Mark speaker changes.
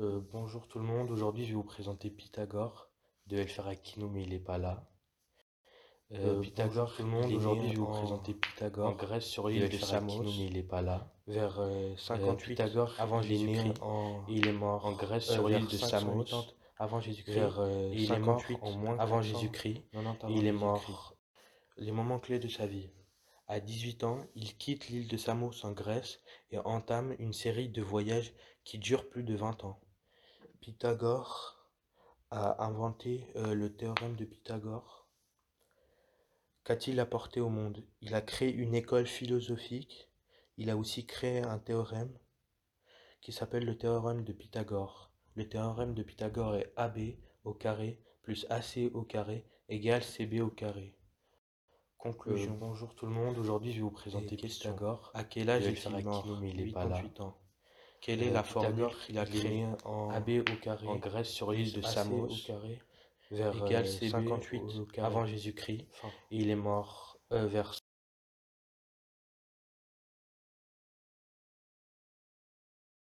Speaker 1: Euh, bonjour tout le monde, aujourd'hui je vais vous présenter Pythagore de El Farakino mais il n'est pas là. Euh,
Speaker 2: Euh,
Speaker 1: Pythagore
Speaker 2: bonjour
Speaker 1: tout le monde,
Speaker 2: il est
Speaker 1: aujourd'hui
Speaker 2: né
Speaker 1: je vais vous
Speaker 2: en-
Speaker 1: présenter
Speaker 2: en
Speaker 1: Pythagore
Speaker 2: Grèce sur
Speaker 1: de
Speaker 2: l'île
Speaker 1: El
Speaker 2: de
Speaker 1: Farakino
Speaker 2: Samos
Speaker 1: mais il n'est pas là.
Speaker 2: vers euh,
Speaker 1: Euh,
Speaker 2: 58
Speaker 1: Pythagore
Speaker 2: avant
Speaker 1: il est né
Speaker 2: Jésus-Christ
Speaker 1: en...
Speaker 2: et il est mort
Speaker 1: en Grèce
Speaker 2: euh,
Speaker 1: sur
Speaker 2: vers
Speaker 1: l'île de Samos
Speaker 2: 580
Speaker 1: avant Jésus-Christ.
Speaker 2: vers euh,
Speaker 1: Et il est mort
Speaker 2: 58
Speaker 1: en moins
Speaker 2: avant
Speaker 1: 400.
Speaker 2: Jésus-Christ.
Speaker 1: Non, non,
Speaker 2: Et
Speaker 1: pardon,
Speaker 2: il est
Speaker 1: Jésus-Christ.
Speaker 2: mort.
Speaker 1: Les moments clés de sa vie. À 18 ans, il quitte l'île de Samos en Grèce et entame une série de voyages qui durent plus de 20 ans. Pythagore a inventé euh, le théorème de Pythagore. Qu'a-t-il apporté au monde Il a créé une école philosophique. Il a aussi créé un théorème qui s'appelle le théorème de Pythagore. Le théorème de Pythagore est AB au carré plus AC au carré égale CB au carré. Conclusion.
Speaker 2: Euh,
Speaker 1: bonjour tout le monde, aujourd'hui je vais vous présenter
Speaker 2: Et questions.
Speaker 1: Pythagore. À quel âge
Speaker 2: De
Speaker 1: est-il
Speaker 2: Elphirakino,
Speaker 1: mort
Speaker 2: mais il est pas là.
Speaker 1: 88 ans. Quelle est
Speaker 2: Euh,
Speaker 1: la formule
Speaker 2: Pythagore,
Speaker 1: qu'il a
Speaker 2: il est
Speaker 1: créée
Speaker 2: né
Speaker 1: en
Speaker 2: AB
Speaker 1: au carré
Speaker 2: en Grèce sur
Speaker 1: sur
Speaker 2: l'île de Samos
Speaker 1: au carré
Speaker 2: vers
Speaker 1: égale
Speaker 2: euh,
Speaker 1: CB
Speaker 2: 58
Speaker 1: au carré.
Speaker 2: avant
Speaker 1: avant Jésus-Christ.
Speaker 2: Jésus-Christ.
Speaker 1: Et il est mort euh, vers